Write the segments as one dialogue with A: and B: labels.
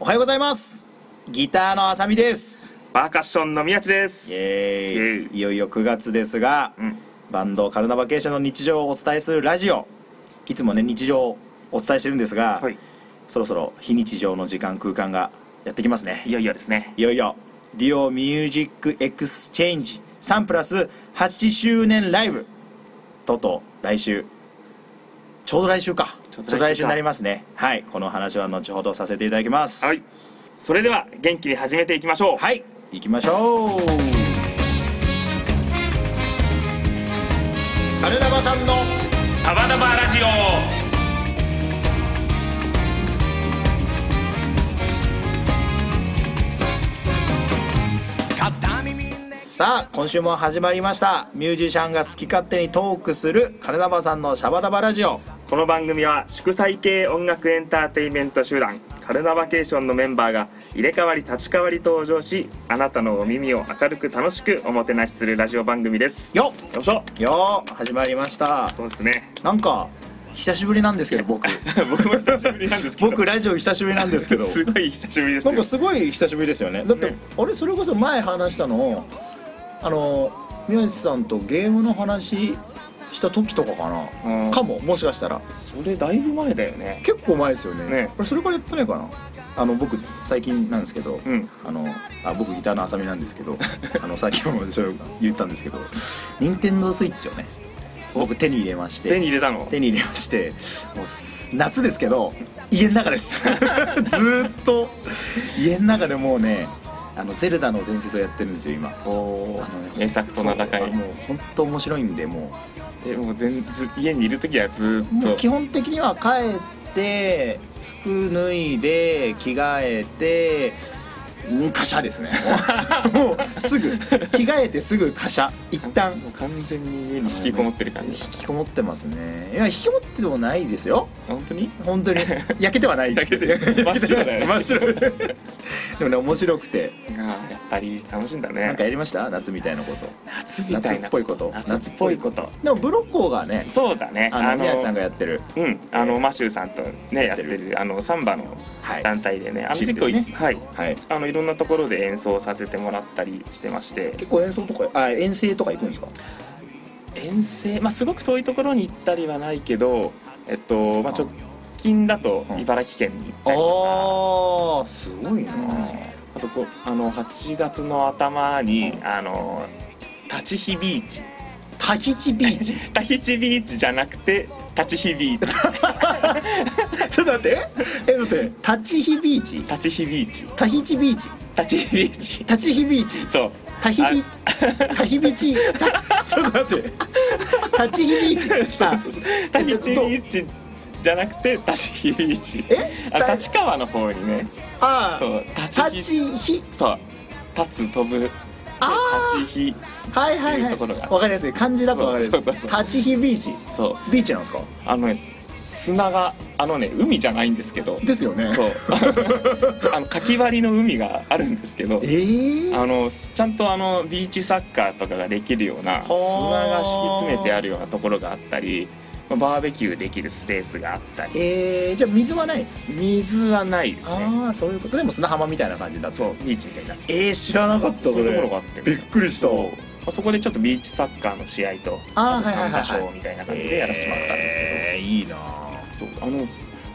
A: おはようございますギターのあさみです
B: パーカッションの宮地です
A: イエーイ
B: イエー
A: いよいよ9月ですが、
B: うん
A: バンドカルナバケーションの日常をお伝えするラジオいつもね日常をお伝えしてるんですが、
B: はい
A: そろそろ非日常の時間空間がやってきますね
B: いよいよですね
A: いよいよディオミュージックエクスチェンジ3プラス8周年ライブとうとう来週ちょうど来週か
B: ちょうど来週か
A: ちょうど来週になりますねはいこの話は後ほどさせていただきます
B: はいそれでは元気に始めていきましょう
A: はい行きましょうカルナバさんの
B: タバタバラジオ
A: さあ今週も始まりましたミュージシャンが好き勝手にトークするカルナバさんのシャバダバラジオ
B: この番組は祝祭系音楽エンターテインメント集団カルナバケーションのメンバーが入れ替わり立ち替わり登場しあなたのお耳を明るく楽しくおもてなしするラジオ番組ですよ
A: よ
B: いしょ
A: っよっ始まりました
B: そうですね
A: なんか久しぶりなんですけど僕
B: 僕も久しぶりなんですけど
A: 僕ラジオ久しぶりなんですけど
B: すごい久しぶりです
A: な
B: よ
A: んかすごい久しぶりですよねだって、
B: ね
A: あれそれこそ前話したのあの宮地さんとゲームの話した時とかかな
B: うん
A: かももしかしたら
B: それだいぶ前だよね
A: 結構前ですよね
B: ね
A: これそれからやってないかなあの僕最近なんですけど、
B: うん
A: あのあ僕ギターの浅見なんですけどあのさっきもちょ言ったんですけど任天堂スイッチをね僕手に入れまして
B: 手に入れたの
A: 手に入れましてもうす夏ですけど家の中です ずーっと家の中でもうねあのゼルダの伝説をやってるんですよ今
B: お
A: あのね
B: 名作と名高い
A: もう本当面白いんでも
B: えもう全ず家にいる時はず
A: うもう
B: っ
A: 基
B: と
A: 本的には帰って服脱いで着替えてうんカシャですね もうもうすぐ着替えてすぐカシャ一旦
B: もう完全に家に引きこもってる感
A: 引
B: じ
A: きこもってますねいや引きこもってでもないですよ
B: 本当に
A: 本当に焼けてはないです
B: 焼けて真っ白だよね
A: 真っ白でもね面白くて
B: ああやっぱり楽しいんだね
A: なんかやりました夏みたいなこと
B: 夏みた
A: 夏
B: い
A: っ
B: な
A: ぽいこと
B: 夏っぽいこと
A: でもブロッコーがね
B: そうだね
A: あの宮地さんがやってる
B: うんあのマシューさんとねやって
A: やっ
B: るあのサンバの
A: はい
B: 団体でねあの
A: チー
B: 結
A: ムです
B: 構
A: ね
B: はい
A: はい
B: あのいろんなところで演奏させてもらったりしてまして
A: 結構演奏とかあ遠征とか行くんですか
B: 遠征まあすごく遠いところに行ったりはないけどえっとまあ直近だと
A: うん
B: 茨城県に行ったりとか
A: ああすごいな
B: あとこうあの8月の頭にあのタチヒビーチ
A: タヒチビーチ
B: タヒチビーチじゃなくてタチヒビー チ
A: ちょっと待ってえ待ってタチヒビーチ
B: タチヒビーチ
A: タヒチビーチ
B: タチヒビーチ
A: タチヒビーチ
B: そう
A: タヒビタヒビチタちょっと待ってタチヒ ビーチあ
B: タヒチビーチじゃなくてタチヒビーチ
A: え
B: あ
A: た
B: 立川の方にね
A: あ
B: そ
A: ー
B: うタ
A: タ
B: チヒ
A: チヒ
B: そう立つ飛ぶ
A: あ
B: タチヒ
A: ーはいはいは
B: っていう
A: い
B: ところが
A: わかりやすい漢字だとわかりや
B: そうそう
A: す
B: そ
A: いうタチヒビーチ
B: そう
A: ビーチなんですか
B: あのね砂があのね海じゃないんですけど
A: ですよね
B: そうあのかき割りの海があるんですけど
A: ええ
B: あのちゃんとあのビーチサッカーとかができるような砂
A: ー
B: が敷き詰めてあるようなところがあったりまあバーベキューできるスペースがあったり
A: えーじゃあ水はない
B: 水はないですね
A: ああそういうことでも砂浜みたいな感じだ
B: そうビーチみたいな
A: えー、知らなかった
B: そう
A: そ
B: いうとこ
A: れ
B: ろがあって
A: びっくりした
B: そうまあそこでちょっとビーチサッカーの試合と
A: あー
B: あと
A: はいはいはいは
B: サン
A: い
B: バショーみたいな感じでやらせてもらったんですけ
A: えーいいな
B: ど、そうあの、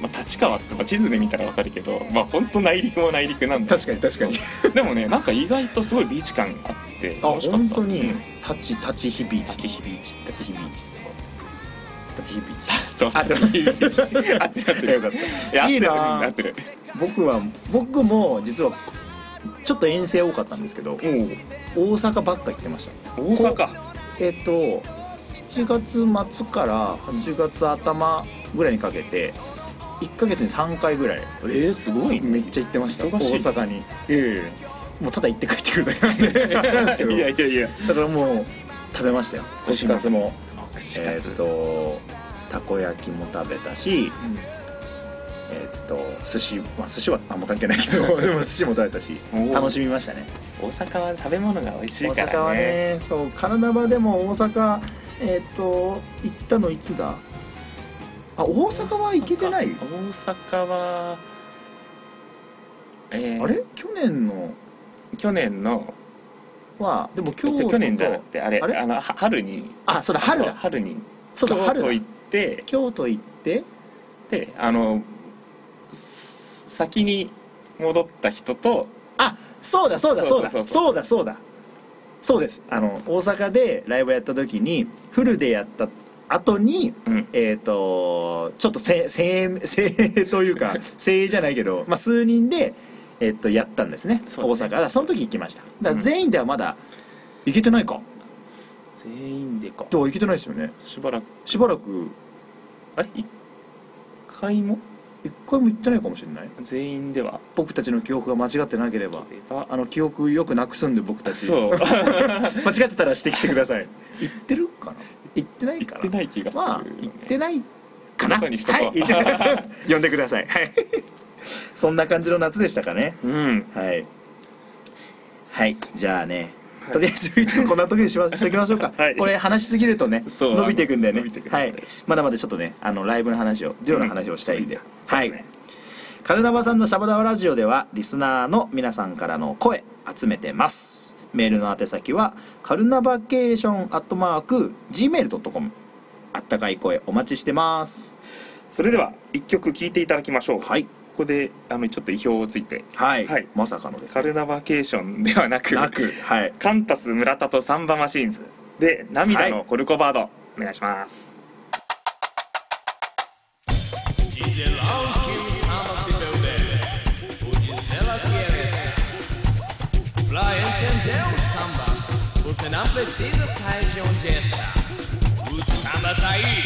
B: まあ、立川ってまあ地図で見たらわかるけどまあ本当内陸も内陸な んだ
A: 確かに確かに
B: でもねなんか意外とすごいビーチ感あって
A: あ
B: 楽しかった
A: 本当
B: う
A: に
B: ん
A: タチタチヒビー
B: 立
A: チ
B: ち日ビーチ
A: タチヒビーチタチヒビーチ
B: そう
A: 合ってる
B: 合ってる合ってる
A: よかった
B: や合って
A: いい
B: る
A: な
B: 合ってる
A: 僕は僕も実はちょっと遠征多かったんですけど大阪ばっか行ってました
B: 大阪
A: えっ、と7月末から8月頭ぐらいにかけて1ヶ月に3回ぐらい
B: えー、すごい
A: めっちゃ行ってました
B: 忙しい
A: 大阪に
B: え
A: もうただ行って帰ってくるだけ なんで
B: え
A: なんですけど
B: いやいやいや
A: だからもう食べましたよ串カツも
B: 串
A: えっ、とたこ焼きも食べたしえっ、と寿司まあ寿司はあんま関係ないけ どでも寿司も食べたし楽しみましたね
B: 大阪は食べ物が美味しい
A: 大
B: からね
A: 阪はねそうカナダ場でも大阪えっ、と行ったのいつだあ大阪は行けてない
B: 大阪はえー
A: あれ去年の
B: 去年の
A: はでも今日と
B: 去年じゃなくてあれ
A: あ
B: あ
A: れ
B: のは春に
A: あそうだ春だ
B: 春に
A: そうだ春
B: 京都
A: だ
B: 行って
A: 京都行って
B: であのす先に戻った人と
A: あそうだそうだそうだ
B: そう
A: そ
B: そう
A: だそうだそうですあの大阪でライブやった時にフルでやった後に
B: うん
A: えー、とちょっとせせせ というか精鋭じゃないけど、まあ、数人で、えっとやったんですね
B: そう
A: 大
B: で
A: 阪だからその時行きましただから
B: うん
A: 全員ではまだ行けてないか、
B: 全員でか
A: でも行けてないですよね
B: しばらく
A: しばらく
B: あれ一回も
A: 一回も行ってないかもしれない
B: 全員では
A: 僕たちの記憶が間違ってなければあの記憶よくなくすんで僕たち
B: そう
A: 間違ってたら指摘してください行ってるかな行ってないかな
B: 行ってない気がする
A: まあ
B: よね
A: 行ってないかな
B: 中にしとこう
A: はい行って 呼んでくださいはいそんな感じの夏でしたかね
B: うん
A: はいはいじゃあね、
B: はい
A: とりあえず一旦こんな時にしましておきましょうか、
B: はい
A: これ話しすぎるとね
B: そう
A: 伸びていくんだよね
B: 伸びていくんで
A: はい、まだまだちょっとねあのライブの話をデュオの話をしたいんで、
B: うん
A: はい、
B: そうね
A: カルナバさんのシャバダワラジオではリスナーの皆さんからの声集めてますメールの宛先はカルナバケーションアットマーク Gmail.com あったかい声お待ちしてます
B: それでは一曲聴いていただきましょうこ
A: はい
B: こであのちょっと意表をついて
A: はい、
B: はい
A: まさかのです
B: カ
A: ね
B: ルナバケーションではなく
A: なくはい
B: カンタス村田とサンバマシーンズで涙のコルコバード、お願いします
C: Pra entender o samba, você não precisa sair de onde está. O samba tá aí.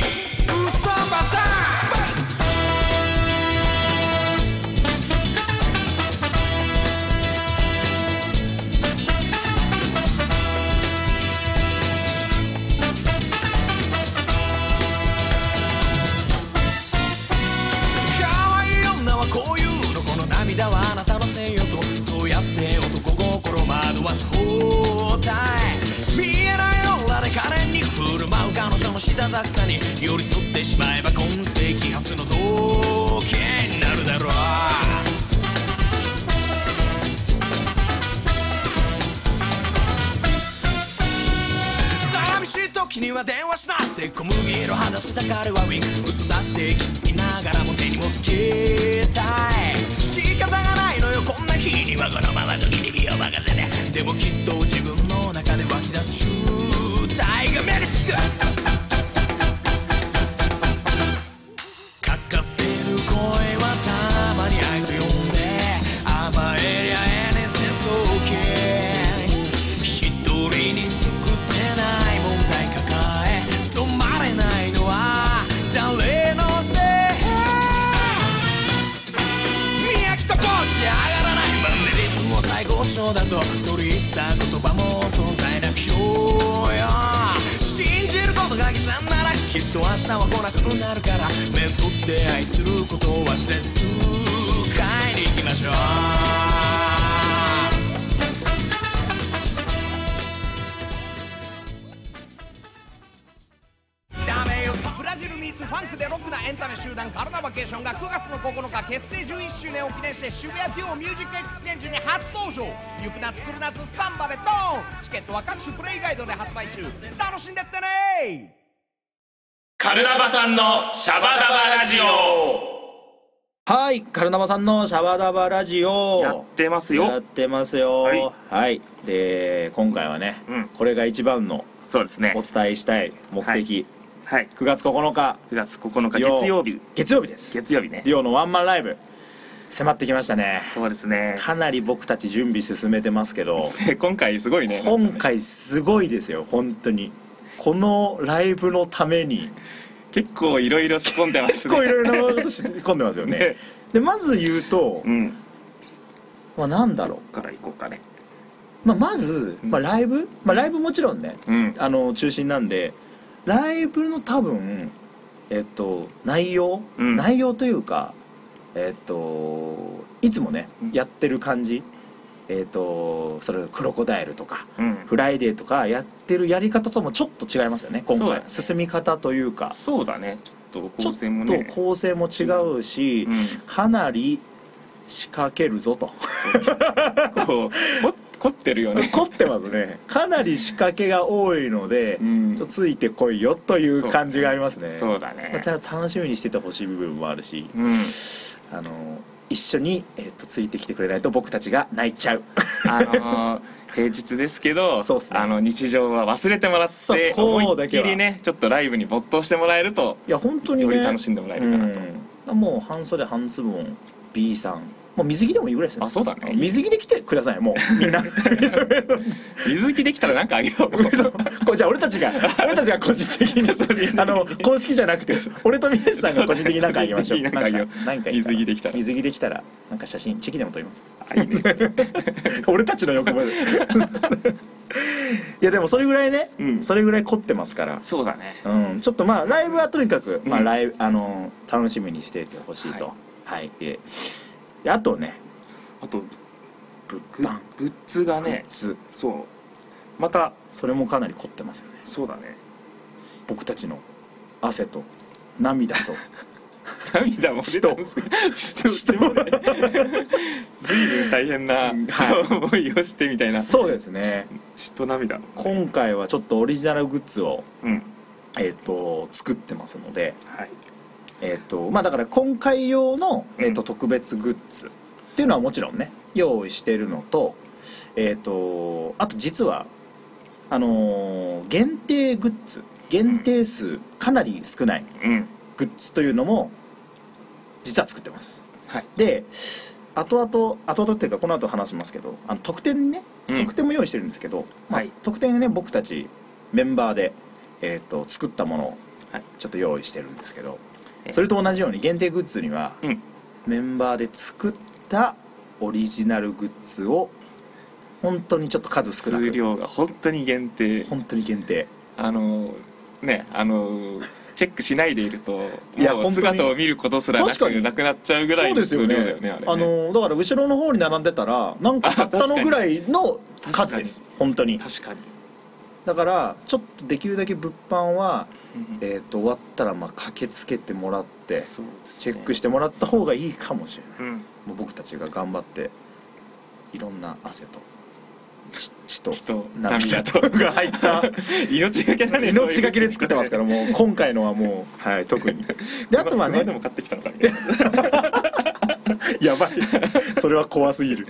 C: O samba tá.「可愛い女はこういうのこの涙はあなたのせいよ」とそうやって男心惑わす放題見えない女で可憐に振る舞う彼女のしたたくさに寄り添ってしまえば今世紀初の同期になるだろう寂しい時には電話しなって小麦色肌した彼はウィンク嘘だって気づきながらも手にもつけたい仕方がないのよこんな日にはこのまま時に身を任せてでもきっと自分の中で湧き出す集大が目につく欠かせぬ声はたまに愛と呼んで甘えりゃえねせそうけ一人に尽くせない問題抱え止まれないのは誰のせい宮城とこうし上がらないマンネリズムを最高潮だと取り入った言葉も存在なく表よ信じることが偽善ならきっと明日は来なくなるから面取って愛することを忘れず買いに行きましょうダメよブラジルミーツファンクでロックなエンタメ集団カルナバケーションが9月の9日結成11周年を記念して渋谷デュオミュージックエクスチェンジに初登場行く夏来る夏サンバでドーンチケットは各種プレイガイドで発売中楽しんでってね
B: カルナバさんのシャバダバラジオ
A: はいカルナバさんのシャバダバラジオ
B: やってます
A: やっ
B: よ
A: てますよは
B: はいい、
A: で今回はね、
B: うん
A: これが一番の
B: そうですね
A: お伝えしたい目的、
B: はいはい
A: 9月9日
B: 9月9日
A: デュオ
B: 月曜日
A: 月曜日です
B: 月曜日ね
A: デュオのワンマンライブ迫ってきましたね
B: そうですね
A: かなり僕たち準備進めてますけど
B: 今回すご いね
A: 今回すごいですよ本当にこのライブのために
B: 結構いろいろ仕込んでま
A: 結
B: す ね
A: 構いろいろなこと仕込んでますよね
B: ね
A: でまず言うと、
B: うん
A: まあ、なんだろ
B: から行こうかね
A: う、まあ、まず、まあ、ライブ、まあ、ライブもちろんね
B: うん
A: あの中心なんでライブの多分えっと内容、
B: うん
A: 内容というかえっといつもね、
B: うん
A: やってる感じえっとそれクロコダイルとか
B: うん
A: フライデーとかやってるやり方ともちょっと違いますよね今
B: そうだ
A: 回
B: ね
A: 進み方というか
B: そうだねちょっと
A: ちょ
B: 構
A: っ
B: 成も
A: と
B: ね
A: 構成も違うし、
B: うん
A: かなり仕掛けるぞと
B: こうこ凝ってるよね
A: 凝ってますねかなり仕掛けが多いので、
B: うん
A: ちょっとついてこいよという感じがありますね
B: そうだね
A: ただ楽しみにしててほしい部分もあるし
B: うん
A: あの一緒に、えっとついてきてくれないと僕たちが泣い ちゃう
B: あのー平日ですけど
A: そうっすね
B: あの日常は忘れてもらっ
A: そう
B: て
A: こう
B: 思い
A: だ
B: っ
A: け
B: き
A: は
B: りねちょっとライブに没頭してもらえると
A: いや本当に、
B: よ
A: ね、
B: り楽しんでもらえるかなと、
A: うんもう半袖半ズボン B さんもう水着でもいいぐらいですね
B: あそうだね
A: 水着で来てくださいも うみんな
B: 水着できたらなんかあげよう
A: そうこれじゃあ俺たちが俺たちが個人的にあの公式じゃなくて俺と峰さんが個人的に何かあげましょう
B: 個人的になんかあげよう
A: なんかいいかな
B: 水着できたら
A: 水着できたらなんか写真チェキでも撮ります
B: あいいね
A: 俺たちの欲望でいやでもそれぐらいね、
B: うん
A: それぐらい凝ってますから
B: そうだね
A: うん、ちょっとまあライブはとにかく、まあ
B: うん
A: ライブあの楽しみにしていてほしいと、はいでであとね
B: あと
A: 物
B: グ
A: 販
B: グッズが
A: グッ
B: ね
A: ズ
B: そうまた
A: それもかなり凝ってますよね
B: そうだね
A: 僕たちの汗と涙 と
B: 涙も出たんですけど血と血もね随分大変な 思いをしてみたい な
A: そうですね
B: 血と涙
A: 今回はちょっとオリジナルグッズを、
B: うん
A: えっと作ってますので、
B: はい
A: えっとまあ、だから今回用の、えっと
B: うん
A: 特別グッズっていうのはもちろんね用意してるのと,、えっとあと実はあのー限定グッズ限定数かなり少ない
B: うん
A: グッズというのも実は作ってます
B: はい
A: で後々後々っていうかこの後話しますけどあの特典ね
B: うん
A: 特典も用意してるんですけど、まあ
B: はい
A: 特典ね僕たちメンバーで、えっと作ったものを
B: はい
A: ちょっと用意してるんですけど、
B: え
A: それと同じように限定グッズには
B: うん
A: メンバーで作ったオリジナルグッズを本当にちょっと数少な
B: 数
A: く
B: 量が本当に限定
A: 本当に限定
B: あのねあのチェックしないでいると
A: いや
B: も
A: 本
B: う
A: 当に
B: 姿を見ることすらな
A: 確かに
B: くなくなっちゃうぐらいの数量だよねあれね
A: あのだから後ろの方に並んでたらなんか買ったのぐらいの
B: 確かに
A: 数です本当に
B: 確かに、
A: だからちょっとできるだけ物販は、
B: うん
A: えー、と終わったらまあ駆けつけてもらって
B: そうですね
A: チェックしてもらった方がいいかもしれない
B: うん
A: もう僕たちが頑張っていろんな汗と血血と
B: 血と
A: 涙
B: 涙
A: と
B: と
A: が入った
B: 命がけだ ね
A: 命がけで作ってますかららもう今回のはもう、はい、特にであとはね
B: でも買ってきたのかみたいな
A: やばい それは怖すぎる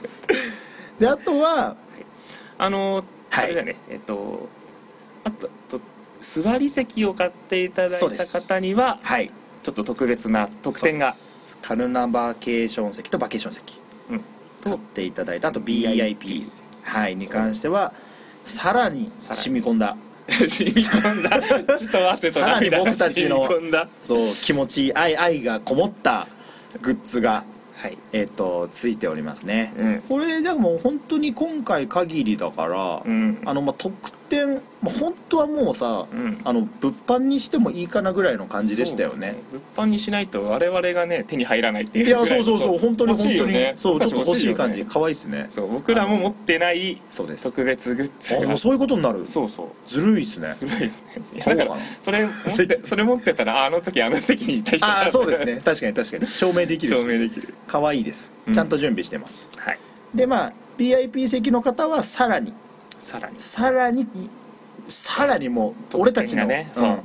A: であとは
B: あの
A: はい
B: あれだねえっとあとと座り席を買っていただ
A: そう
B: い
A: で
B: た
A: す
B: 方には
A: はい
B: ちょっと特別な特典が
A: カルナバケーション席とバケーション席
B: うん
A: 買っていただいたあと BIP はいに関してはさらに染み込んだ
B: 染み込 んだ血と汗と涙が
A: さらに僕たち
B: 染み
A: の
B: 込んだ
A: そう気持ちいい愛愛がこもったグッズが
B: はい
A: えっとついておりますね、
B: うん
A: これでも本当に今回限りだから、
B: うん
A: あのまあ特典、まあ、本当はもうさ、
B: うん
A: あの物販にしてもいいかなぐらいの感じでしたよね
B: そうだ物販にしないと我々がね手に入らないっていう
A: いや
B: ぐら
A: そ
B: の
A: うそうそう本当に
B: 欲
A: 本
B: しい
A: 当
B: よ
A: に、
B: ね
A: そうちょっと欲しい感
B: 僕たち
A: じ
B: よね
A: 可愛いっすね
B: そう僕らも持ってない
A: そうです
B: 特別グッズ
A: あで
B: が
A: もそういうことになる
B: そうそう
A: ずるいっすね
B: すごいよねいや
A: そうかな
B: だからそれ持ってそれ持ってたらああの時あの席に対して
A: ああそうです ね確かに確かに証明できるし
B: 証明できる
A: 可愛いです、
B: うん
A: ちゃんと準備してます
B: はい
A: でまあ VIP 席の方はさらに
B: さらに
A: さらにさらにもう俺たちの、
B: 特典がね
A: う
B: そうん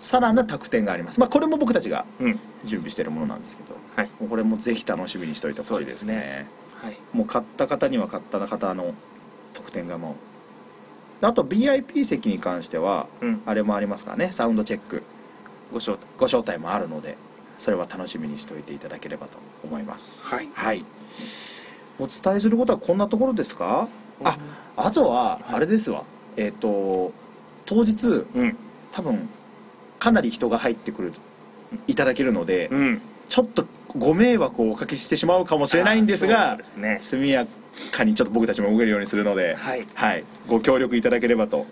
A: さらな特典がありますまあこれも僕たちが
B: うん
A: 準備してるものなんですけど
B: はい
A: もうこれもぜひ楽しみにしておいてほしいですね
B: そうですはい
A: もう買った方には買った方の特典がもうあと VIP 席に関しては
B: うん
A: あれもありますからねサウンドチェック
B: ご招待
A: ご招待もあるのでそれは楽しみにしておいていただければと思います
B: はい
A: お伝えすることはこんなところですかああとは
B: はい
A: あれですわ、えっ、と当日
B: うん
A: 多分かなり人が入ってくるいただけるので、
B: うん
A: ちょっとご迷惑をおかけしてしまうかもしれないんです
B: あ
A: が
B: ーそうですね
A: 速やかにちょっと僕たちも動けるようにするので、
B: はい
A: はい、ご協力いただければと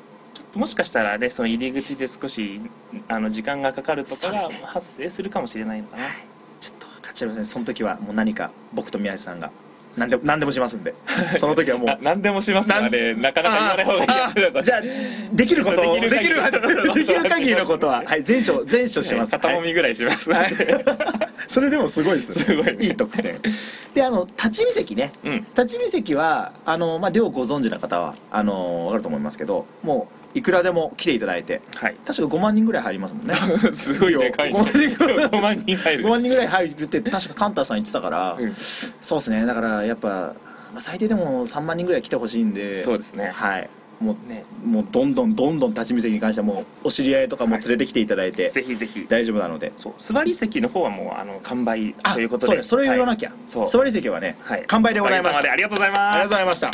B: もしかしたらねその入り口で少しあの時間がかかるとか
A: そ
B: が
A: うですね
B: 発生するかもしれないのかな
A: ちょっと勝ちその時はもう何か僕と宮地さんが何でも何でもしますんでその時はもう
B: な何でもしますのあれなかなか言わない方がいいやつだと
A: じゃあできることをで
B: で
A: き
B: き
A: る
B: る限り
A: できる限りのことは、はい、全処全処します、
B: 片
A: は
B: も
A: い
B: みぐらいします、
A: はい
D: それでもすごいですよね
B: すごいね
A: いい得点であの立ち見席ね
B: うん
A: 立ち見席はあの、まあ、両ご存知な方はあの分かると思いますけどもういくらでも来ていただいて
B: はい
A: 確か5万人ぐらい入りますもんね
B: すごいでかい
A: 5
B: ね
A: 万人ぐらい
B: 5万人入る
A: 5万人ぐらい入るって確かカンタさん言ってたから、
B: うん
A: そうですねだからやっぱ、まあ最低でも3万人ぐらい来てほしいんで
B: そうですね
A: はいもう
B: ね
A: もうどんどんどんどん立ち見席に関してはもうお知り合いとかも連れてきていただいて、
B: ぜひぜひ
A: 大丈夫なので
B: そう座り席の方はもうあの完売
A: あ
B: ということで
A: そうですそれを言わな
B: き
A: きゃ、
B: そう
A: 座り席はね、
B: はい
A: 完売でございました
B: ありがとうございます
A: ありがとうございました、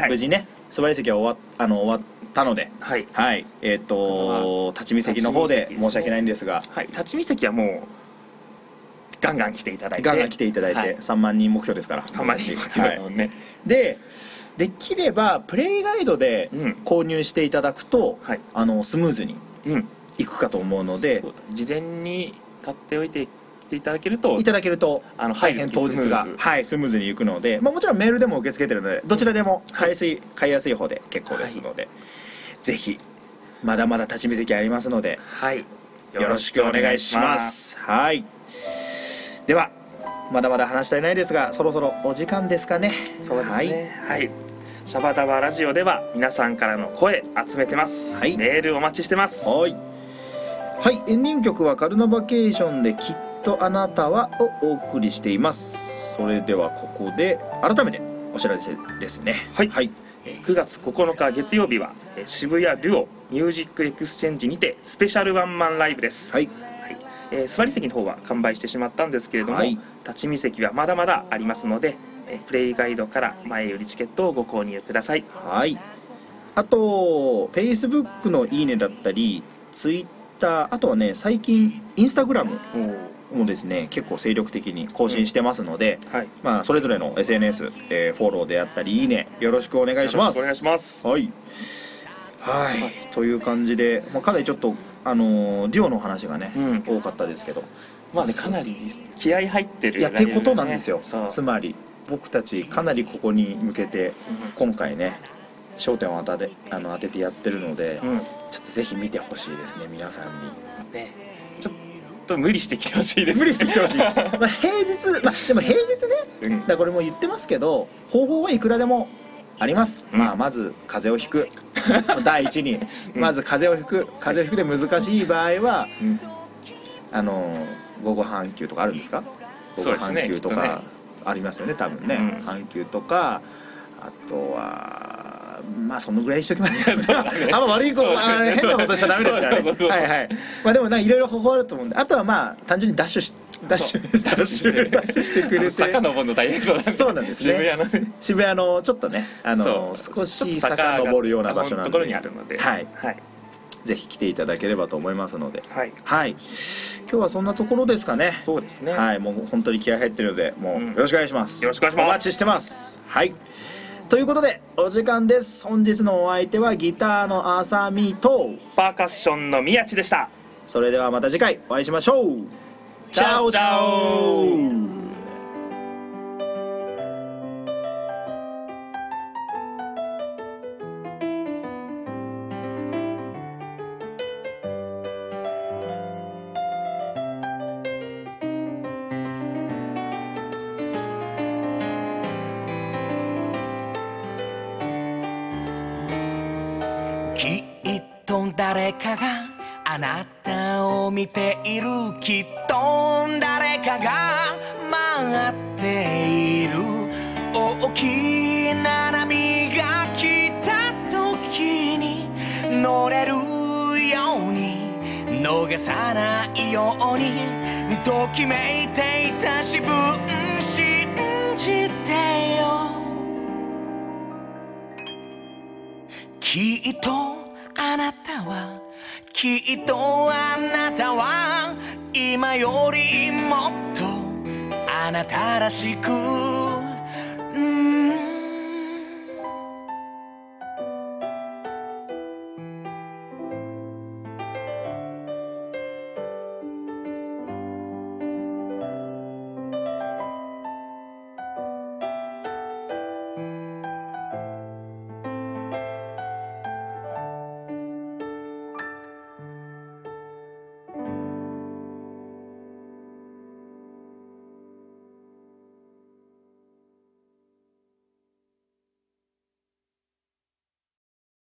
B: はい
A: 無事ね座り席は終わっあの終わったので
B: はい、
A: はいえっ、と立ち見席の方で
B: 立ち見席ですね
A: 申し訳ないんですが
B: はい、立ち見席はもうガンガン来ていただいて
A: ガンガン来ていただいて、
B: はい
A: 3万人目標ですから
B: たまに
A: はい
B: ね、
A: でできればプレイガイドで
B: うん
A: 購入していただくと、
B: はい
A: あのスムーズに
B: うん
A: いくかと思うので
B: そうだ事前に買っておいていただけると
A: いただけると
B: あの
A: 大変当日が
B: 入る時スムーズ
A: はいスムーズにいくので、まあ、もちろんメールでも受け付けてるのでどちらでも買いやすい買いやすい方で結構ですので、ぜひまだまだ立ち見席ありますので
B: はい
A: よろしくお願いしますはいではまだまだ話したいないですがそろそろお時間ですかね
B: そうですねはい、シャバダバラジオでは皆さんからの声集めてます、
A: はい
B: メールお待ちしてます
A: はいはいはいエンディング曲は「カルナバケーションできっとあなたは」をお送りしていますそれではここで改めてお知らせですね
B: はい
A: はい
B: えー9月9日月曜日はえー渋谷デュオミュージックエクスチェンジにてスペシャルワンマンライブです、
A: はい
B: はいえー座り席の方は完売してしまったんですけれども、
A: はい
B: 立ち見席はまだまだありますのでえープレイガイドから前よりチケットをご購入ください
A: はいあと Facebook の「いいね」だったり Twitter あとはね最近 Instagram もですね結構精力的に更新してますので、
B: はい
A: まあ、それぞれの SNS、えーフォローであったりいいねよろしくお願いします
B: よろしくお願いします
A: はいはい、という感じで、まあ、かなりちょっとあのーデュオの話がね、
B: うん
A: 多かったですけど
B: まあねかなり気合入ってる
A: いやっ
B: ライ
A: て
B: ブ
A: ことなんですよ、
B: ねそう
A: つまり僕たちかなりここに向けて今回ね焦点を当ててあの当ててやってるので、
B: うん
A: ちょっとぜひ見てほしいですね皆さんに
B: ねちょっと無理してきてほしいです
A: 無理してきて ほしいま
B: は
A: あ平日まあでも平日ね
B: うん
A: だからこれも言ってますけど方法はいくらでもあります、
B: うん
A: まあまず風邪をひく 第一にまず風邪をひく風邪をひくで難しい場合は、
B: ん
A: あの午後半休とかあるんですか午
B: そう
A: 後
B: です
A: 半
B: ね
A: 休と
B: きっと
A: か
B: ね
A: ありますよね多分ね、
B: うん
A: 半休とかあとはまあそのぐらいにしときます
B: ね
A: あんま悪いこと、
B: そうだね
A: あの変なことしちゃダメですから
B: そうそうそ
A: ね
B: う
A: はいはいまあでもないろいろ方法あると思うんであとはまあ単純にダッシュしダッシュダッシュダッシュしてくれて
B: 坂登るの大変そうだ
A: そうなんですね
B: 渋谷のね
A: 渋谷のちょっとねあの
B: そう
A: 少
B: ちょっ
A: し
B: と坂
A: 坂
B: が
A: 登るような場所なん
B: と
A: で
B: ころにあるのでは
A: はい
B: はい、
A: ぜひ来ていただければと思いますので
B: はい、
A: はい今日はそんなところですかね
B: そうですね
A: はいもう本当に気合入ってるのでもううんよろしくお願いします、
B: よろしくお願いします
A: お待ちしてますはいということでお時間です本日のお相手はギターのあさみと
B: パーカッションの宮地でした
A: それではまた次回お会いしましょうチャオチャオ
C: きっと誰かがあなたを見ているきっと誰かが待っている大きな波が来た時に乗れるように逃さないようにときめいていた自分信じてよきっとあなたはきっとあなたは今よりもっとあなたらしく